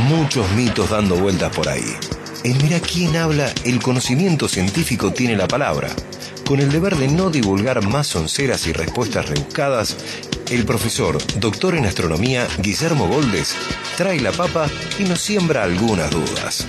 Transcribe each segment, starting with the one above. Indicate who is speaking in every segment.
Speaker 1: Muchos mitos dando vueltas por ahí. En Mira quién habla, el conocimiento científico tiene la palabra. Con el deber de no divulgar más onceras y respuestas rebuscadas, el profesor, doctor en astronomía, Guillermo Goldes, trae la papa y nos siembra algunas dudas.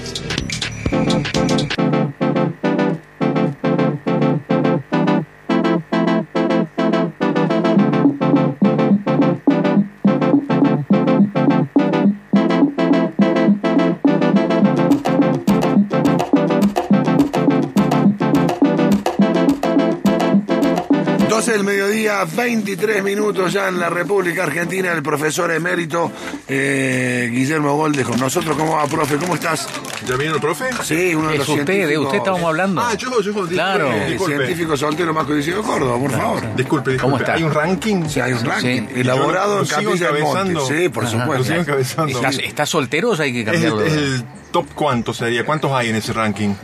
Speaker 2: el mediodía, 23 minutos ya en la República Argentina, el profesor emérito eh, Guillermo Goldes con nosotros. ¿Cómo va, profe? ¿Cómo estás?
Speaker 3: ¿Ya vino el profe?
Speaker 2: Sí, uno de
Speaker 4: Es
Speaker 2: los
Speaker 4: usted, de
Speaker 2: científicos-
Speaker 4: usted estábamos hablando.
Speaker 3: Ah, yo, yo,
Speaker 4: Claro.
Speaker 3: disculpe,
Speaker 2: El
Speaker 3: disculpe.
Speaker 2: científico soltero más codiciado de Córdoba, por favor.
Speaker 3: Disculpe, disculpe.
Speaker 4: ¿Cómo está?
Speaker 3: Hay un ranking.
Speaker 2: O sea, hay un ranking
Speaker 4: Sí.
Speaker 2: elaborado
Speaker 3: Lo
Speaker 2: en
Speaker 3: sigo
Speaker 2: Capilla del Monte.
Speaker 3: encabezando.
Speaker 2: Sí, por
Speaker 3: Ajá.
Speaker 2: supuesto.
Speaker 3: Lo sigo encabezando.
Speaker 4: ¿Estás, ¿Estás soltero o hay que
Speaker 3: Es el,
Speaker 4: cambiarlo?
Speaker 3: es el top cuánto sería. ¿Cuántos hay en ese ranking?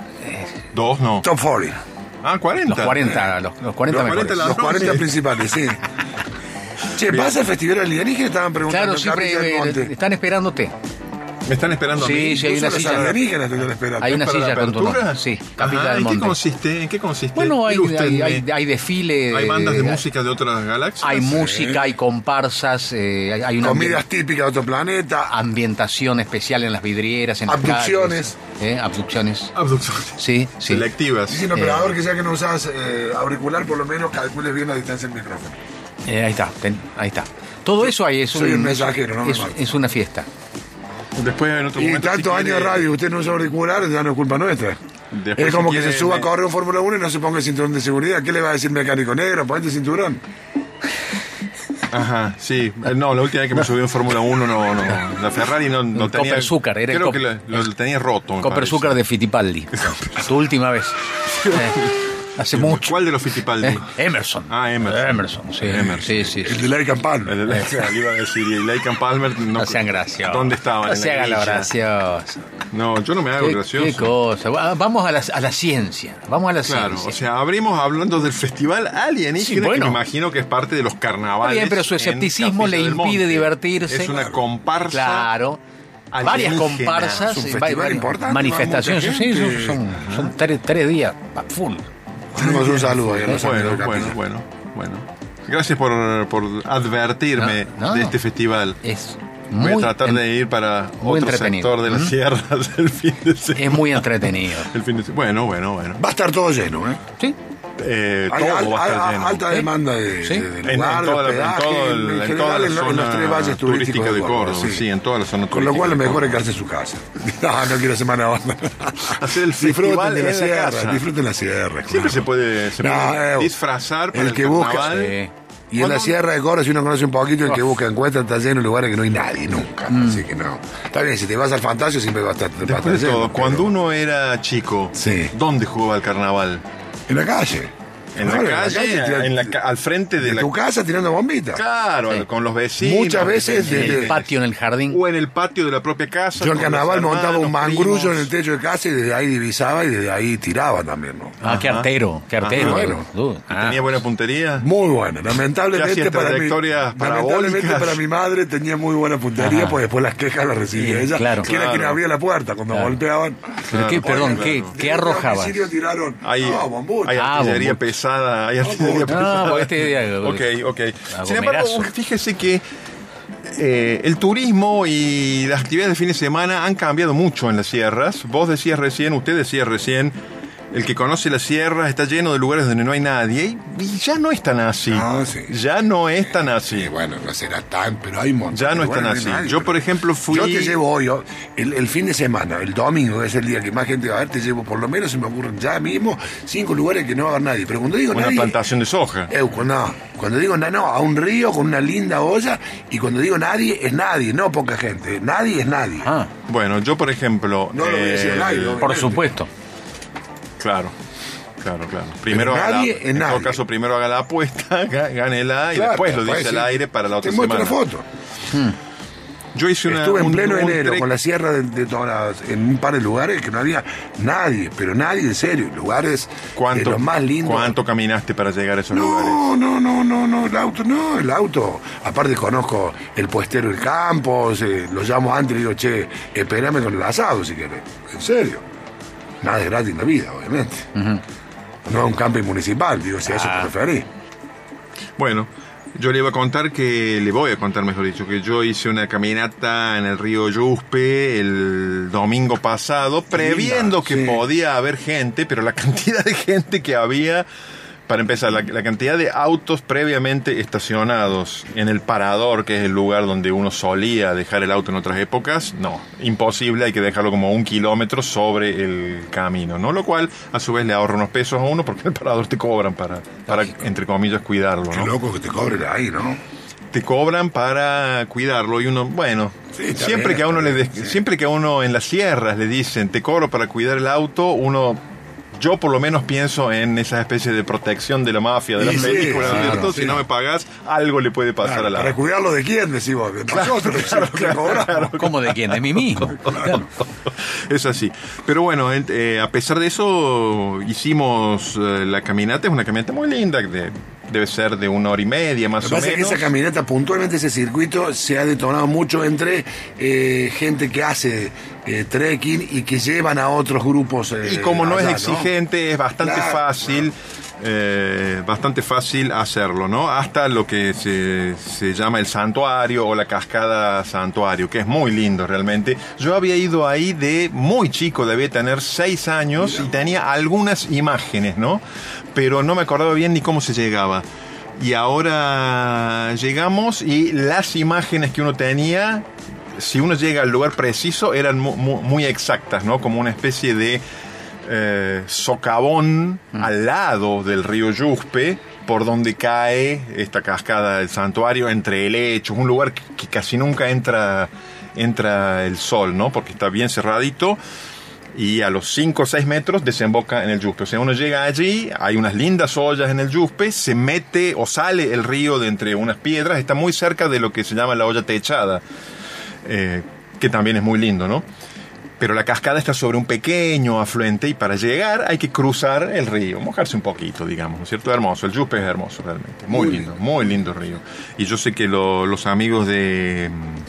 Speaker 3: Dos, no.
Speaker 2: Top 40.
Speaker 3: Ah, 40.
Speaker 4: Eh, Los 40, los, los
Speaker 3: Los 40
Speaker 4: 40 mejores.
Speaker 3: la-
Speaker 2: Los 40
Speaker 3: Entonces-
Speaker 2: principales, sí. Che, ¿pasa el festival alienígena? Estaban preguntando
Speaker 4: Claro,
Speaker 2: en
Speaker 4: siempre
Speaker 2: Capilla del
Speaker 4: eh,
Speaker 2: Monte.
Speaker 4: están esperándote.
Speaker 3: Me están esperando a mí.
Speaker 4: Sí, sí,
Speaker 2: Incluso
Speaker 4: hay una
Speaker 2: los
Speaker 4: silla.
Speaker 2: alienígenas te están esperando.
Speaker 4: Hay una
Speaker 3: ¿Para la
Speaker 4: silla con tu nombre.
Speaker 3: apertura?
Speaker 4: Sí,
Speaker 3: Ajá,
Speaker 4: Capilla del
Speaker 3: ¿En qué
Speaker 4: Monte.
Speaker 3: consiste? ¿En qué consiste?
Speaker 4: Bueno, hay, hay,
Speaker 3: Ilústrenme.
Speaker 4: hay, hay desfile.
Speaker 3: ¿Hay
Speaker 4: de-
Speaker 3: bandas de
Speaker 4: de-
Speaker 3: música de otras galaxias.
Speaker 4: Hay
Speaker 3: Sí.
Speaker 4: música, hay comparsas, eh, hay, hay una
Speaker 2: Comidas típicas de otro
Speaker 4: ambi-
Speaker 2: planeta.
Speaker 4: ambientación especial en las vidrieras, en las
Speaker 2: Abducciones.
Speaker 4: calles, ¿eh? Abducciones.
Speaker 3: Abducciones.
Speaker 4: Sí, sí.
Speaker 3: Selectivas.
Speaker 2: Dice el operador que ya que no usas eh, auricular, por lo menos calcules bien la distancia del micrófono.
Speaker 4: Eh, ahí está, ten- ahí está. Todo eso ahí es,
Speaker 2: Soy
Speaker 4: un-
Speaker 2: un mensajero, no me
Speaker 4: es,
Speaker 2: mato.
Speaker 4: es una fiesta.
Speaker 3: Después en otro
Speaker 2: Y
Speaker 3: momento.
Speaker 2: tantos
Speaker 3: si
Speaker 2: años de
Speaker 3: quiere-
Speaker 2: radio, usted no usa auriculares, ya no es culpa nuestra.
Speaker 3: Después,
Speaker 2: es como
Speaker 3: si
Speaker 2: que se
Speaker 3: quiere,
Speaker 2: suba a
Speaker 3: me-
Speaker 2: correr un Fórmula 1 y no se ponga el cinturón de seguridad. ¿Qué le va a decir mecánico negro? Ponete cinturón.
Speaker 3: Ajá, sí. Eh, No, la última vez que me subí en Fórmula 1, no, no. La Ferrari no, no
Speaker 4: El
Speaker 3: tenía.
Speaker 4: Copper Zúcar, era el
Speaker 3: Creo
Speaker 4: Cop-
Speaker 3: que lo, lo
Speaker 4: el-
Speaker 3: tenía roto. me
Speaker 4: Copper
Speaker 3: parece.
Speaker 4: Zucker de Fittipaldi. tu última vez. Eh, hace mucho.
Speaker 3: ¿Cuál de los Fittipaldi?
Speaker 4: Eh, Emerson.
Speaker 3: Ah, Emerson.
Speaker 4: Emerson, sí.
Speaker 3: Emerson.
Speaker 4: Sí, sí, sí.
Speaker 2: El de Laican Palmer.
Speaker 3: El- el- el- iba a decir, y Lacan Palmer. No,
Speaker 4: No sean graciosos.
Speaker 3: ¿Dónde estaban?
Speaker 4: No
Speaker 3: En la
Speaker 4: se hagan los
Speaker 3: grilla.
Speaker 4: graciosos.
Speaker 3: No, yo no me hago
Speaker 4: Qué-
Speaker 3: gracioso.
Speaker 4: qué cosa. Va- Vamos a la, a la ciencia. Vamos a la
Speaker 3: Claro,
Speaker 4: ciencia.
Speaker 3: o sea, abrimos hablando del festival alienígena,
Speaker 4: Sí, bueno.
Speaker 3: que me imagino que es parte de los carnavales.
Speaker 4: Está bien, pero su
Speaker 3: en
Speaker 4: escepticismo
Speaker 3: Capilla
Speaker 4: le
Speaker 3: del
Speaker 4: impide
Speaker 3: Monte.
Speaker 4: divertirse.
Speaker 3: Es una comparsa.
Speaker 4: Claro. Varias
Speaker 3: alienígena.
Speaker 2: Es
Speaker 4: comparsas,
Speaker 2: un
Speaker 4: va-
Speaker 2: festival
Speaker 4: varias
Speaker 2: importante,
Speaker 4: manifestaciones.
Speaker 2: va mucha
Speaker 4: Sí,
Speaker 2: gente.
Speaker 4: son, son- son tres, tres días pa- full.
Speaker 2: Tenemos un saludo ahí a los amigos
Speaker 3: Bueno,
Speaker 2: de Capilla.
Speaker 3: bueno, bueno, bueno. Gracias por, por advertirme
Speaker 4: No, no.
Speaker 3: de este festival.
Speaker 4: Es
Speaker 3: Voy
Speaker 4: muy,
Speaker 3: a tratar de ir para
Speaker 4: muy
Speaker 3: otro
Speaker 4: entretenido.
Speaker 3: sector de las sierras el fin de semana.
Speaker 4: es muy entretenido.
Speaker 3: El fin de se- Bueno, bueno, bueno.
Speaker 2: Va a estar todo lleno, ¿eh?
Speaker 4: Sí.
Speaker 3: Eh,
Speaker 2: Hay
Speaker 3: todo
Speaker 2: al-
Speaker 3: va a estar
Speaker 2: al-
Speaker 3: lleno.
Speaker 2: alta demanda de,
Speaker 4: Sí.
Speaker 2: de
Speaker 3: en, en
Speaker 2: lugar, de
Speaker 3: toda la, en
Speaker 2: hospedaje,
Speaker 3: todo el-
Speaker 2: en
Speaker 3: en
Speaker 2: general,
Speaker 3: toda la
Speaker 2: en lo- en
Speaker 3: zona
Speaker 2: los tres valles turísticos
Speaker 3: turística de Córdoba. Sí. en toda la zona
Speaker 2: Con lo cual,
Speaker 3: turística
Speaker 2: lo
Speaker 3: de
Speaker 2: mejor es
Speaker 3: Córdoba.
Speaker 2: quedarse en su casa. Ah, no, no quiero semana banda.
Speaker 3: Hacer el
Speaker 2: Disfruten
Speaker 3: festival
Speaker 2: de la
Speaker 3: en la
Speaker 2: sierra,
Speaker 3: casa.
Speaker 2: disfruten la sierra.
Speaker 3: Siempre
Speaker 2: claro.
Speaker 3: se puede, se
Speaker 2: No,
Speaker 3: puede
Speaker 2: eh,
Speaker 3: disfrazar para
Speaker 2: el
Speaker 3: el,
Speaker 2: que busca-
Speaker 3: carnaval.
Speaker 4: Eh,
Speaker 2: Y en la sierra de Córdoba, si uno conoce un poquito, el que busca encuentra está lleno de lugares que no hay nadie nunca. Así que no. Está bien, si te vas al fantasio siempre va a estar, va a estar
Speaker 3: Mm. Después de
Speaker 2: lleno,
Speaker 3: todo,
Speaker 2: pero-
Speaker 3: cuando uno era chico,
Speaker 2: Sí.
Speaker 3: ¿dónde jugaba el carnaval?
Speaker 2: En la calle.
Speaker 3: En la
Speaker 2: Claro,
Speaker 3: calle,
Speaker 2: tira-
Speaker 3: en la ca- al frente de
Speaker 2: de
Speaker 3: la
Speaker 2: tu casa tirando bombitas.
Speaker 3: Claro,
Speaker 4: Sí.
Speaker 3: con los vecinos.
Speaker 2: Muchas veces.
Speaker 4: en
Speaker 2: desde-
Speaker 4: el patio, en el jardín.
Speaker 3: O en el patio de la propia casa.
Speaker 2: yo en
Speaker 3: con
Speaker 2: carnaval
Speaker 3: los
Speaker 2: montaba un
Speaker 3: hermanos,
Speaker 2: mangrullo
Speaker 3: primos.
Speaker 2: en el techo de casa y desde ahí divisaba y desde ahí tiraba también, ¿no?
Speaker 4: Ah, qué artero, qué artero.
Speaker 2: Ajá.
Speaker 4: eh,
Speaker 2: Bueno.
Speaker 4: dude.
Speaker 3: Y Ah. Tenía buena puntería.
Speaker 2: Muy buena.
Speaker 3: Ya
Speaker 2: Lamentablemente
Speaker 3: hacía
Speaker 2: para mi,
Speaker 3: trayectorias
Speaker 2: lamentablemente
Speaker 3: parabólicas.
Speaker 2: para mi madre tenía muy buena puntería,
Speaker 4: Ajá.
Speaker 2: pues después las quejas las recibía
Speaker 4: Sí,
Speaker 2: ella,
Speaker 4: claro.
Speaker 2: que era
Speaker 3: Claro.
Speaker 2: quien abría la puerta cuando
Speaker 4: Claro.
Speaker 2: golpeaban.
Speaker 4: Pero qué-
Speaker 3: Claro.
Speaker 4: perdón,
Speaker 3: Oiga,
Speaker 4: ¿qué,
Speaker 3: claro.
Speaker 4: qué arrojabas?
Speaker 2: En el tiraron.
Speaker 3: Hay,
Speaker 2: no, bombucha.
Speaker 3: hay
Speaker 4: Ah,
Speaker 3: artillería
Speaker 4: bombucha.
Speaker 3: pesada. Hay artillería
Speaker 2: bombucha.
Speaker 3: pesada.
Speaker 4: Ah, porque este
Speaker 3: ok, ok. Sin
Speaker 4: gomerazo.
Speaker 3: embargo, fíjese que eh, el turismo y las actividades de fin de semana han cambiado mucho en las sierras. Vos decías recién, usted decía recién, el que conoce las sierras está lleno de lugares donde no hay nadie. Y, y ya no es tan así.
Speaker 2: No, Ah, sí.
Speaker 3: Ya no es tan así.
Speaker 2: Y bueno, no será tan, pero hay montones.
Speaker 3: Ya no es tan
Speaker 2: Bueno, hay
Speaker 3: así.
Speaker 2: nadie,
Speaker 3: Yo,
Speaker 2: pero-
Speaker 3: por ejemplo, fui.
Speaker 2: Yo te llevo hoy, oh, el, el fin de semana, el domingo, que es el día que más gente va a ver, te llevo, por lo menos se me ocurren ya mismo, cinco lugares que no va a haber nadie. Pero cuando digo
Speaker 3: Una
Speaker 2: nadie,
Speaker 3: plantación de soja.
Speaker 2: Eu, no, cuando digo na- no, a un río con una linda olla, y cuando digo nadie, es nadie, no poca gente. Nadie es nadie.
Speaker 4: Ah,
Speaker 3: Bueno, yo por ejemplo. eh,
Speaker 2: No lo voy a decir al aire,
Speaker 4: por
Speaker 2: obviamente.
Speaker 4: supuesto.
Speaker 3: Claro. Claro, claro. Primero
Speaker 2: Pero
Speaker 3: haga la-
Speaker 2: nadie es
Speaker 3: en todo
Speaker 2: nadie.
Speaker 3: caso, primero haga la apuesta, gá- gánela y
Speaker 2: Claro,
Speaker 3: después lo dice
Speaker 2: puede
Speaker 3: al
Speaker 2: ser.
Speaker 3: aire para la otra
Speaker 2: Te muestro
Speaker 3: semana.
Speaker 2: la foto.
Speaker 3: Yo hice una.
Speaker 2: Estuve en
Speaker 3: un-
Speaker 2: pleno
Speaker 3: un
Speaker 2: enero
Speaker 3: trek-
Speaker 2: con la sierra de, de todas las- en un par de lugares que no había nadie, pero nadie en serio. Lugares de
Speaker 3: ¿Cuánto,
Speaker 2: los más lindos.
Speaker 3: ¿Cuánto caminaste para llegar a esos lugares?
Speaker 2: No, no, no, no, no, el auto, no, el auto. Aparte conozco el puestero del Campos, eh, lo llamo antes y le digo, che, espérame con el asado si querés. En serio. Nada es gratis en la vida, obviamente. No es un camping municipal, digo, si a eso te referís.
Speaker 3: Bueno, yo le iba a contar que, le voy a contar mejor dicho, que yo hice una caminata en el río Yuspe el domingo pasado, previendo que
Speaker 2: sí.
Speaker 3: podía haber gente, pero la cantidad de gente que había, para empezar, la, la cantidad de autos previamente estacionados en el parador, que es el lugar donde uno solía dejar el auto en otras épocas, no, imposible, hay que dejarlo como un kilómetro sobre el camino, ¿no? Lo cual, a su vez, le ahorra unos pesos a uno porque en el parador te cobran para, para entre comillas, cuidarlo,
Speaker 2: Qué
Speaker 3: ¿no?
Speaker 2: loco que te cobren ahí, ¿no?
Speaker 3: te cobran para cuidarlo y uno, bueno,
Speaker 2: Sí, está
Speaker 3: siempre
Speaker 2: bien,
Speaker 3: que a uno
Speaker 2: está
Speaker 3: le
Speaker 2: bien,
Speaker 3: des-
Speaker 2: sí.
Speaker 3: siempre que a uno en las sierras le dicen, "Te cobro para cuidar el auto", uno yo por lo menos pienso en esa especie de protección de la mafia, de
Speaker 2: Y
Speaker 3: las
Speaker 2: sí,
Speaker 3: películas,
Speaker 2: claro,
Speaker 3: ¿cierto?
Speaker 2: sí.
Speaker 3: Si no me pagas, algo le puede pasar
Speaker 2: Claro,
Speaker 3: al
Speaker 2: para
Speaker 3: auto.
Speaker 2: cuidarlo de quién, decís vos, de nosotros, si lo que cobramos.
Speaker 4: ¿Cómo de quién? De mí mismo. Claro.
Speaker 3: Es así. Pero bueno, el- eh, a pesar de eso, hicimos eh, la caminata, es una caminata muy linda, de- debe ser de una hora y media más
Speaker 2: Lo
Speaker 3: o
Speaker 2: que
Speaker 3: menos.
Speaker 2: pasa es que esa caminata, puntualmente ese circuito, se ha detonado mucho entre eh, gente que hace eh, trekking y que llevan a otros grupos. eh,
Speaker 3: Y como no
Speaker 2: allá,
Speaker 3: es exigente, es bastante
Speaker 2: Claro.
Speaker 3: fácil. eh, bastante fácil hacerlo, ¿no? Hasta lo que se, se llama el santuario o la cascada santuario, que es muy lindo realmente. Yo había ido ahí de muy chico, debía tener seis años y tenía algunas imágenes, ¿no? Pero no me acordaba bien ni cómo se llegaba. Y ahora llegamos y las imágenes que uno tenía si uno llega al lugar preciso, eran mu- mu- muy exactas, ¿no? Como una especie de eh, socavón al lado del río Yuspe, por donde cae esta cascada del santuario, entre helechos, un lugar que, que casi nunca entra, entra el sol, ¿no? Porque está bien cerradito. Y a los 5 o 6 metros desemboca en el Yuspe. O sea, uno llega allí, hay unas lindas ollas en el Yuspe, se mete o sale el río de entre unas piedras, está muy cerca de lo que se llama la olla techada eh, que también es muy lindo, ¿no? Pero la cascada está sobre un pequeño afluente y para llegar hay que cruzar el río, mojarse un poquito, digamos, ¿no es cierto? Hermoso, el Yuspe es hermoso realmente, muy, lindo, muy lindo río. Y yo sé que lo- los amigos de...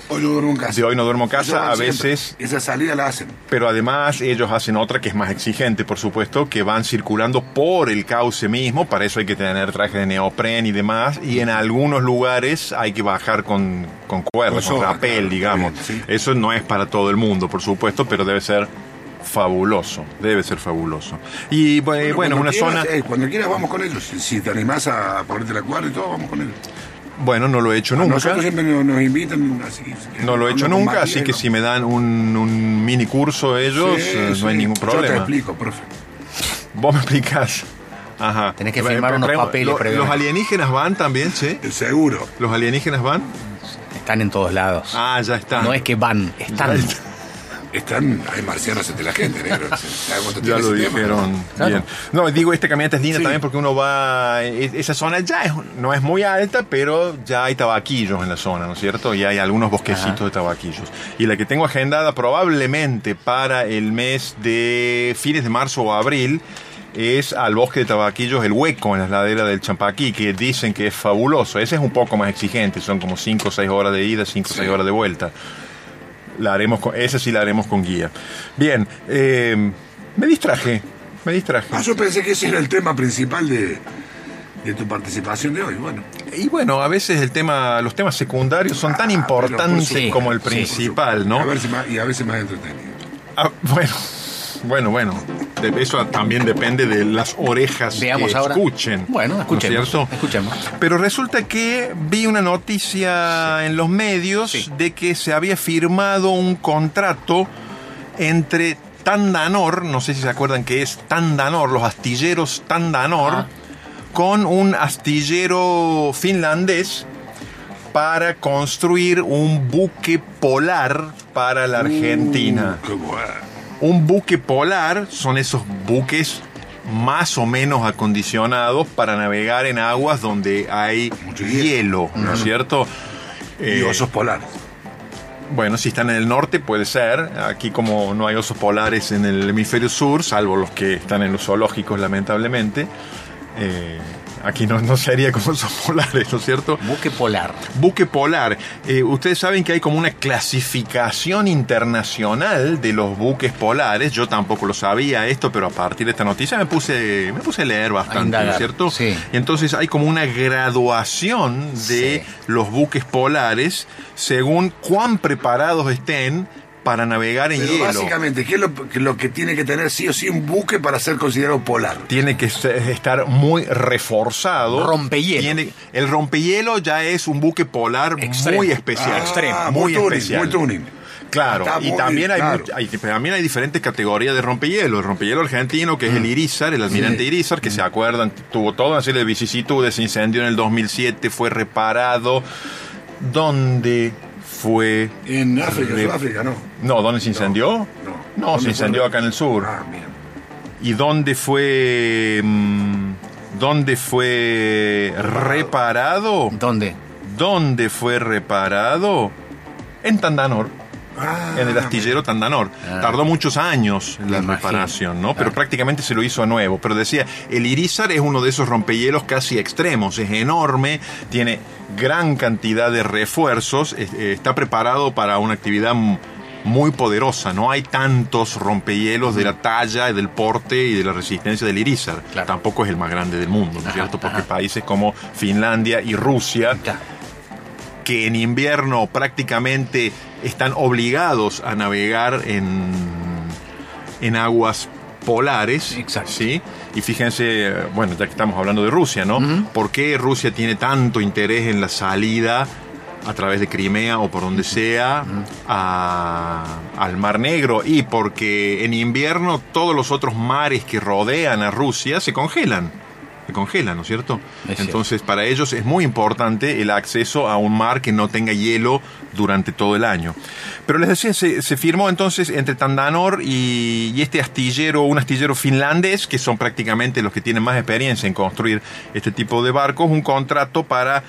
Speaker 2: Hoy no duermo en casa.
Speaker 3: De hoy no duermo en
Speaker 2: Eso
Speaker 3: casa,
Speaker 2: van
Speaker 3: a
Speaker 2: siempre.
Speaker 3: veces-
Speaker 2: Esa salida la hacen.
Speaker 3: Pero además ellos hacen otra que es más exigente, por supuesto, que van circulando por el cauce mismo, para eso hay que tener traje de neopren y demás, y en algunos lugares hay que bajar con, con cuerda,
Speaker 2: Con
Speaker 3: con
Speaker 2: soga,
Speaker 3: rapel,
Speaker 2: claro,
Speaker 3: digamos.
Speaker 2: sí.
Speaker 3: Eso no es para todo el mundo, por supuesto, pero debe ser fabuloso, debe ser fabuloso. Y bueno, bueno,
Speaker 2: cuando
Speaker 3: una
Speaker 2: quieras,
Speaker 3: zona...
Speaker 2: eh, cuando quieras, vamos con ellos. Si, si te animás a ponerte la cuerda y todo, vamos con ellos.
Speaker 3: Bueno, no lo he hecho nunca.
Speaker 2: Nosotros siempre nos, nos invitan. Así, que-
Speaker 3: No lo he hecho
Speaker 2: con
Speaker 3: nunca,
Speaker 2: Matías,
Speaker 3: así que
Speaker 2: ¿no?
Speaker 3: si me dan un, un mini curso ellos,
Speaker 2: Sí,
Speaker 3: eh, no hay
Speaker 2: sí.
Speaker 3: ningún
Speaker 2: Yo te
Speaker 3: problema.
Speaker 2: explico, profe.
Speaker 3: Vos me explicás. Ajá.
Speaker 4: Tenés que
Speaker 3: Pre-
Speaker 4: firmar
Speaker 3: pre-
Speaker 4: unos
Speaker 3: pre-
Speaker 4: papeles
Speaker 3: lo- ¿Los
Speaker 4: previamente.
Speaker 3: alienígenas van también, che?
Speaker 2: Seguro.
Speaker 3: ¿Los alienígenas van?
Speaker 4: Están en todos lados.
Speaker 3: Ah, ya está.
Speaker 4: No es que van, están.
Speaker 2: Están, hay marcianos entre la gente, negro. ¿Sabes cuánto
Speaker 3: Ya
Speaker 2: tiene
Speaker 3: lo
Speaker 2: ese tema?
Speaker 3: dijeron.
Speaker 4: Claro.
Speaker 3: Bien. No, digo, esta caminata es linda
Speaker 2: Sí.
Speaker 3: también porque uno va. e- Esa zona ya es- no es muy alta, pero ya hay tabaquillos en la zona, ¿no es cierto? Y hay algunos bosquecitos de tabaquillos. Y la que tengo agendada probablemente para el mes de fines de marzo o abril es al bosque de tabaquillos El Hueco en las laderas del Champaquí, que dicen que es fabuloso. Ese es un poco más exigente, son como 5 o 6 horas de ida, 5 o 6 horas de vuelta. La haremos con, esa sí la haremos con guía. Bien, eh, me distraje, me distraje.
Speaker 2: Ah, yo pensé que ese era el tema principal de, de tu participación de hoy. Bueno,
Speaker 3: Y bueno, a veces el tema, los temas secundarios son tan importantes
Speaker 4: supuesto,
Speaker 3: como el
Speaker 4: sí, por
Speaker 3: principal, ¿no?
Speaker 2: a ver si más, y a veces más entretenido.
Speaker 3: Ah, bueno, bueno, bueno. De- eso también depende de las orejas
Speaker 4: Veamos
Speaker 3: que
Speaker 4: ahora.
Speaker 3: escuchen.
Speaker 4: Bueno,
Speaker 3: ¿no es
Speaker 4: escuchemos,
Speaker 3: cierto?
Speaker 4: escuchemos.
Speaker 3: Pero resulta que vi una noticia en los medios
Speaker 4: Sí.
Speaker 3: de que se había firmado un contrato entre Tandanor, no sé si se acuerdan que es Tandanor, los astilleros Tandanor,
Speaker 4: Ah.
Speaker 3: con un astillero finlandés para construir un buque polar para
Speaker 4: Uh.
Speaker 3: la Argentina
Speaker 2: Qué bueno.
Speaker 3: un buque polar son esos buques más o menos acondicionados para navegar en aguas donde hay
Speaker 2: Mucho
Speaker 3: hielo,
Speaker 2: hielo.
Speaker 3: ¿no es cierto?
Speaker 2: Y
Speaker 3: Eh,
Speaker 2: osos polares.
Speaker 3: Bueno, si están en el norte puede ser. Aquí como no hay osos polares en el hemisferio sur, salvo los que están en los zoológicos lamentablemente, eh, aquí no, no se haría como osos polares, ¿no es cierto?
Speaker 4: Buque polar.
Speaker 3: Buque polar. Eh, ustedes saben que hay como una clasificación internacional de los buques polares. Yo tampoco lo sabía esto, pero a partir de esta noticia me puse, me puse a leer
Speaker 4: A
Speaker 3: bastante,
Speaker 4: indagar,
Speaker 3: ¿no es cierto?
Speaker 4: sí.
Speaker 3: Y entonces hay como una graduación de
Speaker 4: Sí.
Speaker 3: los buques polares según cuán preparados estén para navegar en
Speaker 2: Pero
Speaker 3: hielo.
Speaker 2: básicamente, ¿qué es lo, lo que tiene que tener sí o sí un buque para ser considerado polar?
Speaker 3: Tiene que se- estar muy reforzado.
Speaker 4: Rompehielo.
Speaker 3: Tiene- el rompehielo ya es un buque polar
Speaker 4: Extremo.
Speaker 3: muy especial.
Speaker 2: Ah,
Speaker 3: muy,
Speaker 2: tuning,
Speaker 3: especial.
Speaker 2: muy tuning.
Speaker 3: Claro,
Speaker 2: Está
Speaker 3: y
Speaker 2: muy-
Speaker 3: también hay,
Speaker 2: claro.
Speaker 3: much- hay- también hay diferentes categorías de rompehielo. El rompehielo argentino,
Speaker 2: Mm.
Speaker 3: que es el Irizar, el almirante Irizar, que se acuerdan, tuvo toda una serie de vicisitudes, se incendió en el 2007, fue reparado. ¿Dónde fue?
Speaker 2: En África,
Speaker 3: re-
Speaker 2: Sudáfrica, no.
Speaker 3: No, ¿dónde se incendió?
Speaker 2: no.
Speaker 3: Ah, No,
Speaker 2: ¿Dónde
Speaker 3: se
Speaker 2: fue?
Speaker 3: incendió acá en el sur.
Speaker 2: Ah, bien.
Speaker 3: ¿Y dónde fue. mm, ¿Dónde fue reparado?
Speaker 4: ¿Dónde?
Speaker 3: ¿Dónde fue reparado? En Tandanor.
Speaker 2: Ah,
Speaker 3: En el astillero Tandanor. Tardó muchos años en la
Speaker 4: Ah. Me imagino.
Speaker 3: reparación, ¿no? Pero prácticamente se lo hizo a nuevo. Pero decía, el Irizar es uno de esos rompehielos casi extremos. Es enorme, tiene gran cantidad de refuerzos, es- eh, está preparado para una actividad m- muy poderosa. No hay tantos rompehielos de la talla, del porte y de la resistencia del Irizar.
Speaker 4: Claro.
Speaker 3: Tampoco es el más grande del mundo, ¿no es
Speaker 4: Ajá,
Speaker 3: cierto? Porque
Speaker 4: ajá.
Speaker 3: países como Finlandia y Rusia
Speaker 4: Ya.
Speaker 3: que en invierno prácticamente están obligados a navegar en, en aguas polares.
Speaker 4: Exacto.
Speaker 3: ¿sí? Y fíjense, bueno, ya que estamos hablando de Rusia, ¿no? ¿Por qué Rusia tiene tanto interés en la salida a través de Crimea o por donde sea a- al Mar Negro? Y porque en invierno todos los otros mares que rodean a Rusia se congelan. Se congelan, ¿no es cierto?
Speaker 4: Es cierto.
Speaker 3: Entonces, entonces, para ellos es muy importante el acceso a un mar que no tenga hielo durante todo el año. Pero les decía, se, se firmó entonces entre Tandanor y, y este astillero, un astillero finlandés, que son prácticamente los que tienen más experiencia en construir este tipo de barcos, un contrato para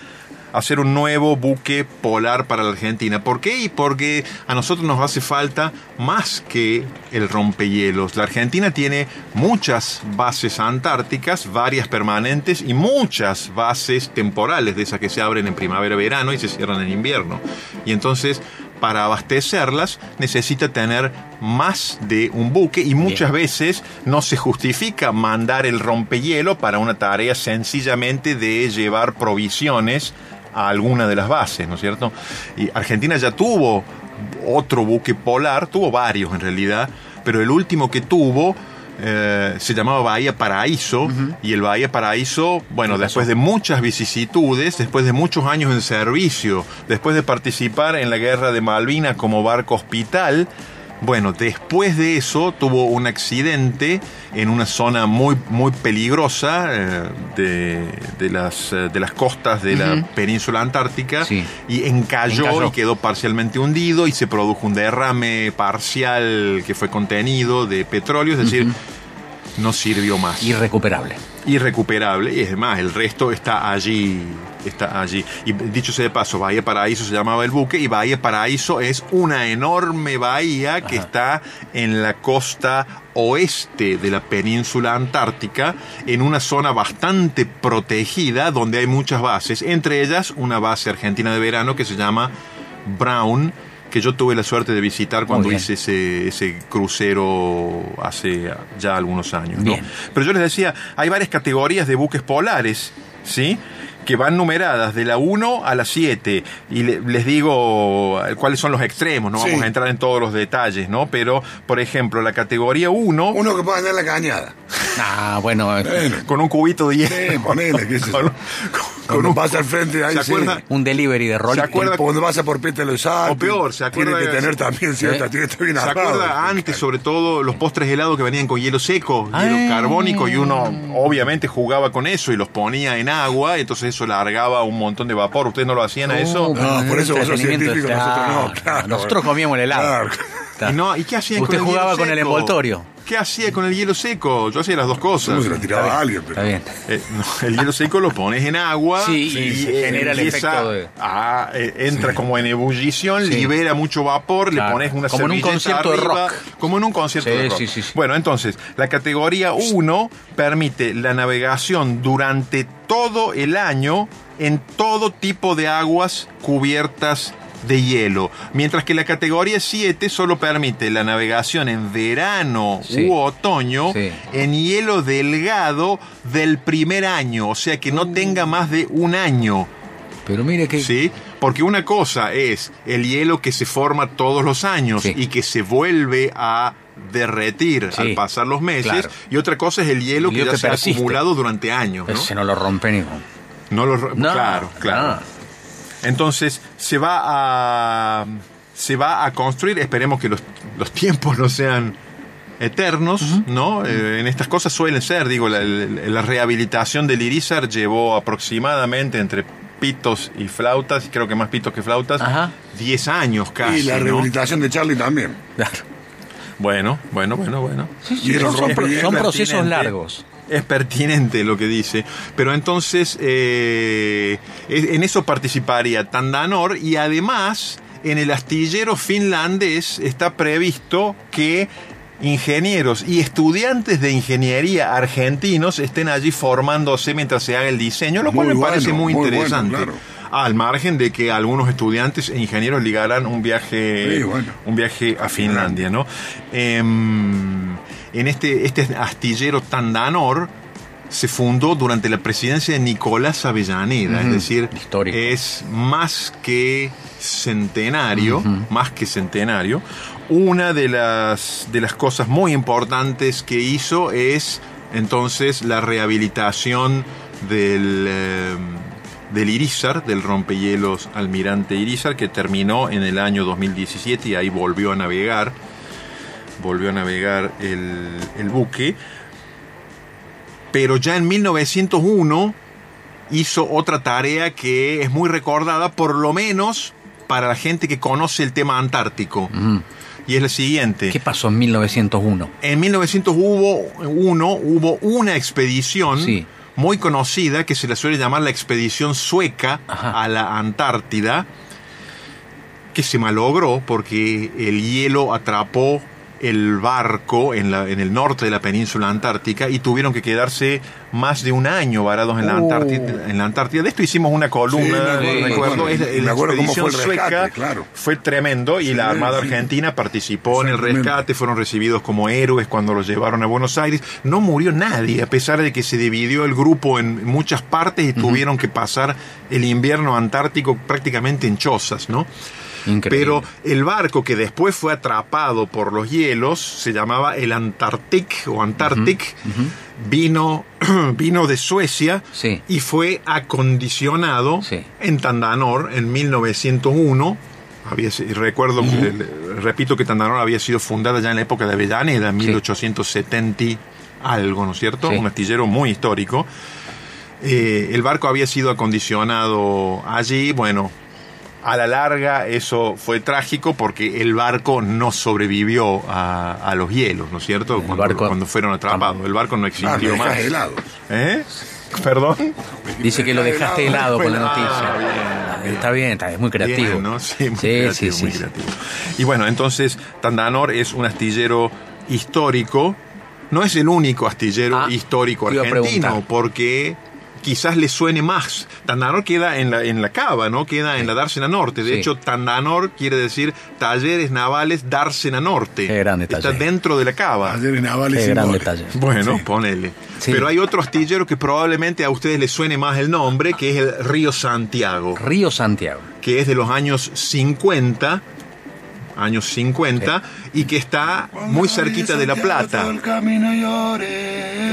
Speaker 3: hacer un nuevo buque polar para la Argentina. ¿Por qué? Y porque a nosotros nos hace falta más que el rompehielos. La Argentina tiene muchas bases antárticas, varias permanentes y muchas bases temporales, de esas que se abren en primavera, verano y se cierran en invierno. Y entonces, para abastecerlas, necesita tener más de un buque y muchas veces no se justifica mandar el rompehielo para una tarea sencillamente de llevar provisiones a alguna de las bases, ¿no es cierto? Y Argentina ya tuvo otro buque polar, tuvo varios en realidad, pero el último que tuvo eh, se llamaba Bahía Paraíso y el Bahía Paraíso, bueno, después de muchas vicisitudes, después de muchos años en servicio, después de participar en la guerra de Malvinas como barco hospital, bueno, después de eso tuvo un accidente en una zona muy, muy peligrosa eh, de, de las, eh, de las costas de la península antártica
Speaker 4: Sí.
Speaker 3: y encalló,
Speaker 4: Encalló.
Speaker 3: y quedó parcialmente hundido y se produjo un derrame parcial que fue contenido de petróleo, es decir, no sirvió más
Speaker 4: Irrecuperable.
Speaker 3: irrecuperable y es más, el resto está allí. Está allí. Y dicho sea de paso, Bahía Paraíso se llamaba el buque y Bahía Paraíso es una enorme bahía que está en la costa oeste de la península antártica, en una zona bastante protegida donde hay muchas bases, entre ellas una base argentina de verano que se llama Brown, que yo tuve la suerte de visitar cuando
Speaker 4: bien.
Speaker 3: hice ese, ese crucero hace ya algunos años. ¿no?
Speaker 4: Bien.
Speaker 3: Pero yo les decía, hay varias categorías de buques polares, ¿sí? Que van numeradas de la 1 a la 7. Y le- les digo eh, cuáles son los extremos, no
Speaker 2: Sí.
Speaker 3: vamos a entrar en todos los detalles, ¿no? Pero, por ejemplo, la categoría 1,
Speaker 2: Uno que pueda andar en la cañada.
Speaker 4: Ah, bueno, eh,
Speaker 3: con un cubito de hielo.
Speaker 2: Eh, ponele, qué sé yo.
Speaker 3: Con un-
Speaker 2: Cuando pasa al frente, ahí
Speaker 3: ¿Se
Speaker 2: sí.
Speaker 3: acuerda?
Speaker 4: un delivery de rol.
Speaker 3: ¿Se acuerda?
Speaker 2: El- Cuando vas a por pétalo de sal.
Speaker 3: O peor, ¿se acuerda
Speaker 2: Tiene que
Speaker 3: de- ¿Eh?
Speaker 2: tener también cierta. Tiene que estar bien
Speaker 3: ¿Se
Speaker 2: armado.
Speaker 3: acuerda antes, sobre todo, los postres helados que venían con hielo seco, hielo
Speaker 4: Ay.
Speaker 3: carbónico? Y uno, obviamente, jugaba con eso y los ponía en agua, y entonces eso largaba un montón de vapor. ¿Ustedes no lo hacían a
Speaker 4: Oh,
Speaker 3: eso?
Speaker 2: No, por eso vos sos
Speaker 4: entretenimiento,
Speaker 2: científico,
Speaker 4: claro.
Speaker 2: nosotros no, claro.
Speaker 4: Nosotros comíamos el helado.
Speaker 2: Claro.
Speaker 4: Está.
Speaker 3: Y no, ¿y qué hacían
Speaker 4: Usted
Speaker 3: con el
Speaker 4: jugaba
Speaker 3: hielo
Speaker 4: con el
Speaker 3: seco?
Speaker 4: envoltorio.
Speaker 3: ¿qué hacía con el hielo seco? Yo hacía las dos cosas.
Speaker 2: se la tiraba a alguien,
Speaker 4: Está
Speaker 2: pero.
Speaker 4: bien.
Speaker 3: Eh, no, el hielo seco lo pones en agua
Speaker 4: Sí, y se genera el efecto de-
Speaker 3: a- eh, entra como en ebullición, libera mucho vapor, le
Speaker 4: Claro.
Speaker 3: pones una
Speaker 4: Como en un
Speaker 3: servilleta
Speaker 4: concierto de
Speaker 3: arriba,
Speaker 4: rock.
Speaker 3: Como en un concierto
Speaker 4: Sí,
Speaker 3: de rock.
Speaker 4: sí, sí, sí.
Speaker 3: Bueno, entonces, la categoría 1 permite la navegación durante todo el año en todo tipo de aguas cubiertas de hielo, mientras que la categoría 7 solo permite la navegación en verano
Speaker 4: Sí.
Speaker 3: u otoño
Speaker 4: Sí.
Speaker 3: en hielo delgado del primer año, o sea que
Speaker 4: Mm.
Speaker 3: no tenga más de un año,
Speaker 4: Pero mire que.
Speaker 3: ¿sí? Porque una cosa es el hielo que se forma todos los años
Speaker 4: Sí.
Speaker 3: y que se vuelve a derretir
Speaker 4: Sí.
Speaker 3: al pasar los meses,
Speaker 4: Claro.
Speaker 3: y otra cosa es el hielo
Speaker 4: El
Speaker 3: que ya
Speaker 4: hielo que
Speaker 3: se ha
Speaker 4: persiste.
Speaker 3: acumulado durante años, ¿no?
Speaker 4: Ese no lo rompe ni Ah, con-
Speaker 3: No lo re-
Speaker 4: No,
Speaker 3: claro, claro.
Speaker 4: no.
Speaker 3: Entonces se va a se va a construir. Esperemos que los, los tiempos no sean eternos, ¿no? Eh, en estas cosas suelen ser, digo, la, la- la rehabilitación del Irizar llevó aproximadamente entre pitos y flautas, creo que más pitos que flautas,
Speaker 4: Ajá.
Speaker 3: 10 años casi.
Speaker 2: Y la
Speaker 3: ¿no?
Speaker 2: rehabilitación de Charlie también.
Speaker 4: Claro.
Speaker 3: Bueno, bueno, bueno, bueno.
Speaker 2: Y el
Speaker 4: Son- son-
Speaker 2: rompimiento
Speaker 4: son procesos
Speaker 3: pertinente.
Speaker 4: largos.
Speaker 3: Es pertinente lo que dice, pero entonces eh, es- en eso participaría Tandanor y además en el astillero finlandés está previsto que ingenieros y estudiantes de ingeniería argentinos estén allí formándose mientras se haga el diseño, lo cual
Speaker 2: Muy
Speaker 3: me parece
Speaker 2: bueno,
Speaker 3: muy
Speaker 2: muy bueno,
Speaker 3: interesante.
Speaker 2: claro.
Speaker 3: Al margen de que algunos estudiantes e ingenieros ligarán un viaje,
Speaker 2: Sí, bueno.
Speaker 3: un viaje a Finlandia, ¿no? Em, en este, este astillero Tandanor se fundó durante la presidencia de Nicolás Avellaneda, es decir,
Speaker 4: histórico.
Speaker 3: es más que centenario, más que centenario. Una de las, de las cosas muy importantes que hizo es entonces la rehabilitación del, eh, del Irizar, del rompehielos almirante Irizar, que terminó en el año 2017 y ahí volvió a navegar, volvió a navegar el, el buque. Pero ya en 1901 hizo otra tarea que es muy recordada, por lo menos para la gente que conoce el tema antártico. Y es la siguiente.
Speaker 4: ¿Qué pasó en 1901?
Speaker 3: En 1901 hubo una expedición
Speaker 4: Sí.
Speaker 3: muy conocida que se la suele llamar la expedición sueca
Speaker 4: Ajá.
Speaker 3: a la Antártida, que se malogró porque el hielo atrapó el barco en, la- en el norte de la península antártica y tuvieron que quedarse más de un año varados en la,
Speaker 4: Oh.
Speaker 3: Antártida, en la Antártida. De esto hicimos una columna,
Speaker 2: Sí, me acuerdo,
Speaker 3: recuerdo,
Speaker 2: me
Speaker 3: es la-
Speaker 2: acuerdo.
Speaker 3: la
Speaker 2: Me acuerdo cómo fue
Speaker 3: expedición
Speaker 2: el rescate,
Speaker 3: sueca
Speaker 2: claro.
Speaker 3: fue tremendo y
Speaker 2: Sí,
Speaker 3: la Armada
Speaker 2: sí.
Speaker 3: Argentina participó en el
Speaker 2: Exactamente.
Speaker 3: rescate, fueron recibidos como héroes cuando los llevaron a Buenos Aires. No murió nadie, a pesar de que se dividió el grupo en muchas partes y tuvieron que pasar el invierno antártico prácticamente en chozas, ¿no?
Speaker 4: Increíble.
Speaker 3: Pero el barco que después fue atrapado por los hielos se llamaba el Antarctic o Antarctic. Vino, vino de Suecia
Speaker 4: Sí.
Speaker 3: y fue acondicionado
Speaker 4: Sí.
Speaker 3: en Tandanor en 1901. Había, si- recuerdo, que- le- repito que Tandanor había sido fundada ya en la época de Avellaneda, en
Speaker 4: Sí.
Speaker 3: 1870 algo, ¿no es cierto?
Speaker 4: Sí.
Speaker 3: Un astillero muy histórico. Eh, el barco había sido acondicionado allí, bueno, a la larga eso fue trágico porque el barco no sobrevivió a, a los hielos, ¿no es cierto? Cuando,
Speaker 4: barco-
Speaker 3: cuando fueron atrapados, el barco no
Speaker 2: Ah, me
Speaker 3: existió
Speaker 2: dejás
Speaker 3: más.
Speaker 2: helado.
Speaker 3: ¿Eh? ¿Perdón?
Speaker 4: Dice que lo dejaste helado con la noticia.
Speaker 3: Ah, bien, bien.
Speaker 4: Está bien, está bien, es muy creativo.
Speaker 3: Bien, ¿no? Sí, muy creativo, muy creativo. Y bueno, entonces Tandanor es un astillero histórico. No es el único astillero
Speaker 4: Ah,
Speaker 3: histórico
Speaker 4: te iba a
Speaker 3: argentino,
Speaker 4: preguntar.
Speaker 3: porque quizás le suene más. Tandanor queda en la, en la cava, ¿no? Queda en la Dársena Norte. De
Speaker 4: Sí.
Speaker 3: hecho, Tandanor quiere decir talleres navales Dársena Norte.
Speaker 4: Qué grande
Speaker 3: Está
Speaker 4: taller.
Speaker 3: dentro de la cava.
Speaker 2: Ayer en Navales
Speaker 4: Qué
Speaker 2: sin
Speaker 4: gran
Speaker 2: goles.
Speaker 4: detalle.
Speaker 3: Bueno, ponele.
Speaker 4: Sí.
Speaker 3: Pero hay otro astillero que probablemente a ustedes les suene más el nombre, que es el Río Santiago
Speaker 4: Río Santiago.
Speaker 3: que es de los años 50, años 50, y que está muy cerquita de La Plata.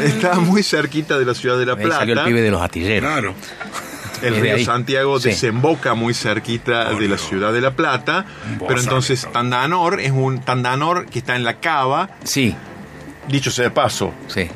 Speaker 3: Está muy cerquita de la ciudad de La
Speaker 4: Ahí salió el
Speaker 3: Plata.
Speaker 4: pibe de los astilleros.
Speaker 2: Claro.
Speaker 3: El
Speaker 4: Es de
Speaker 3: río
Speaker 4: ahí.
Speaker 3: Santiago
Speaker 4: Sí.
Speaker 3: desemboca muy cerquita de la ciudad de La Plata. Pero
Speaker 2: Vos
Speaker 3: entonces
Speaker 2: sabés, ¿no?
Speaker 3: Tandanor es un Tandanor que está en la cava.
Speaker 4: Sí,
Speaker 3: Dicho sea de paso,
Speaker 4: sí.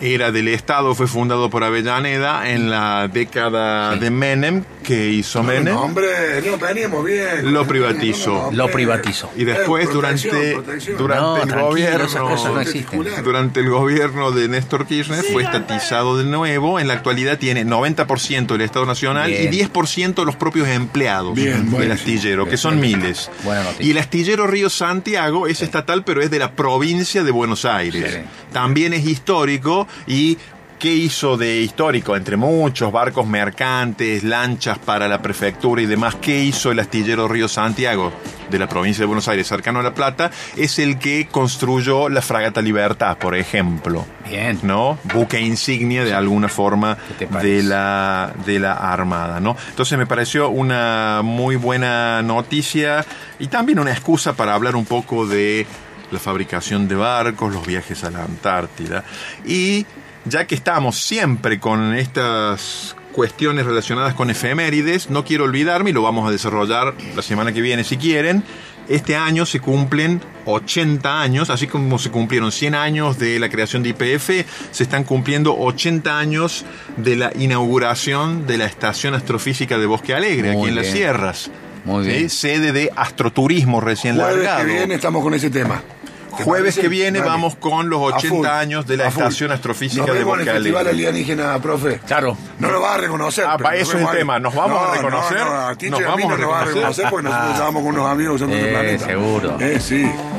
Speaker 3: era del Estado, fue fundado por Avellaneda en la década de Menem, que hizo Menem.
Speaker 2: No, hombre, no, veníamos bien.
Speaker 3: Lo privatizó.
Speaker 4: Lo privatizó.
Speaker 3: Y después,
Speaker 2: Eh,
Speaker 3: durante,
Speaker 2: protección, protección.
Speaker 4: No,
Speaker 3: durante el
Speaker 4: tranquilo, esas cosas no
Speaker 3: gobierno
Speaker 4: existen.
Speaker 3: durante el gobierno de Néstor Kirchner fue estatizado de nuevo. En la actualidad tiene 90% el Estado Nacional
Speaker 4: Bien.
Speaker 3: y 10% los propios empleados
Speaker 2: Bien,
Speaker 3: del
Speaker 2: buenísimo.
Speaker 3: astillero, que son miles.
Speaker 4: Buena noticia.
Speaker 3: Y el astillero Río Santiago es estatal, pero es de la provincia de Buenos Aires.
Speaker 4: Sí.
Speaker 3: También es histórico y... ¿Qué hizo de histórico? Entre muchos barcos mercantes, lanchas para la prefectura y demás, ¿qué hizo el astillero Río Santiago de la provincia de Buenos Aires, cercano a La Plata? Es el que construyó la fragata Libertad, por ejemplo.
Speaker 4: Bien.
Speaker 3: ¿no? Buque insignia de alguna forma
Speaker 4: ¿Qué te parece?
Speaker 3: de la, de la Armada, ¿no? Entonces me pareció una muy buena noticia y también una excusa para hablar un poco de la fabricación de barcos, los viajes a la Antártida. Y ya que estamos siempre con estas cuestiones relacionadas con efemérides, no quiero olvidarme y lo vamos a desarrollar la semana que viene si quieren. Este año se cumplen 80 años, así como se cumplieron 100 años de la creación de IPF, se están cumpliendo 80 años de la inauguración de la Estación Astrofísica de Bosque Alegre,
Speaker 4: Muy
Speaker 3: aquí en las
Speaker 4: bien.
Speaker 3: sierras.
Speaker 4: Muy
Speaker 3: ¿Sí?
Speaker 4: bien.
Speaker 3: Sede de astroturismo recién
Speaker 2: Jueves
Speaker 3: largado.
Speaker 2: que viene estamos con ese tema. ¿Te
Speaker 3: Jueves
Speaker 2: parece?
Speaker 3: que viene
Speaker 2: Dale.
Speaker 3: vamos con los
Speaker 2: A
Speaker 3: 80
Speaker 2: full,
Speaker 3: años de la
Speaker 2: a full.
Speaker 3: Estación Astrofísica
Speaker 2: Nos
Speaker 3: de
Speaker 2: vemos
Speaker 3: Bosque
Speaker 2: en el Festival
Speaker 3: Alegre.
Speaker 2: Alienígena, profe.
Speaker 4: Claro.
Speaker 2: No lo va a reconocer.
Speaker 3: Ah,
Speaker 2: pero
Speaker 3: para
Speaker 2: nos
Speaker 3: eso
Speaker 2: vemos
Speaker 3: el
Speaker 2: ahí.
Speaker 3: tema. ¿Nos vamos a reconocer?
Speaker 2: No, no, a Tincho
Speaker 3: ¿Nos
Speaker 2: y a mí
Speaker 3: vamos
Speaker 2: no
Speaker 3: a
Speaker 2: nos va a
Speaker 3: reconocer?
Speaker 2: reconocer porque nosotros estábamos con unos amigos usando
Speaker 4: Ah. Eh,
Speaker 2: el planeta.
Speaker 4: seguro.
Speaker 2: Eh, sí.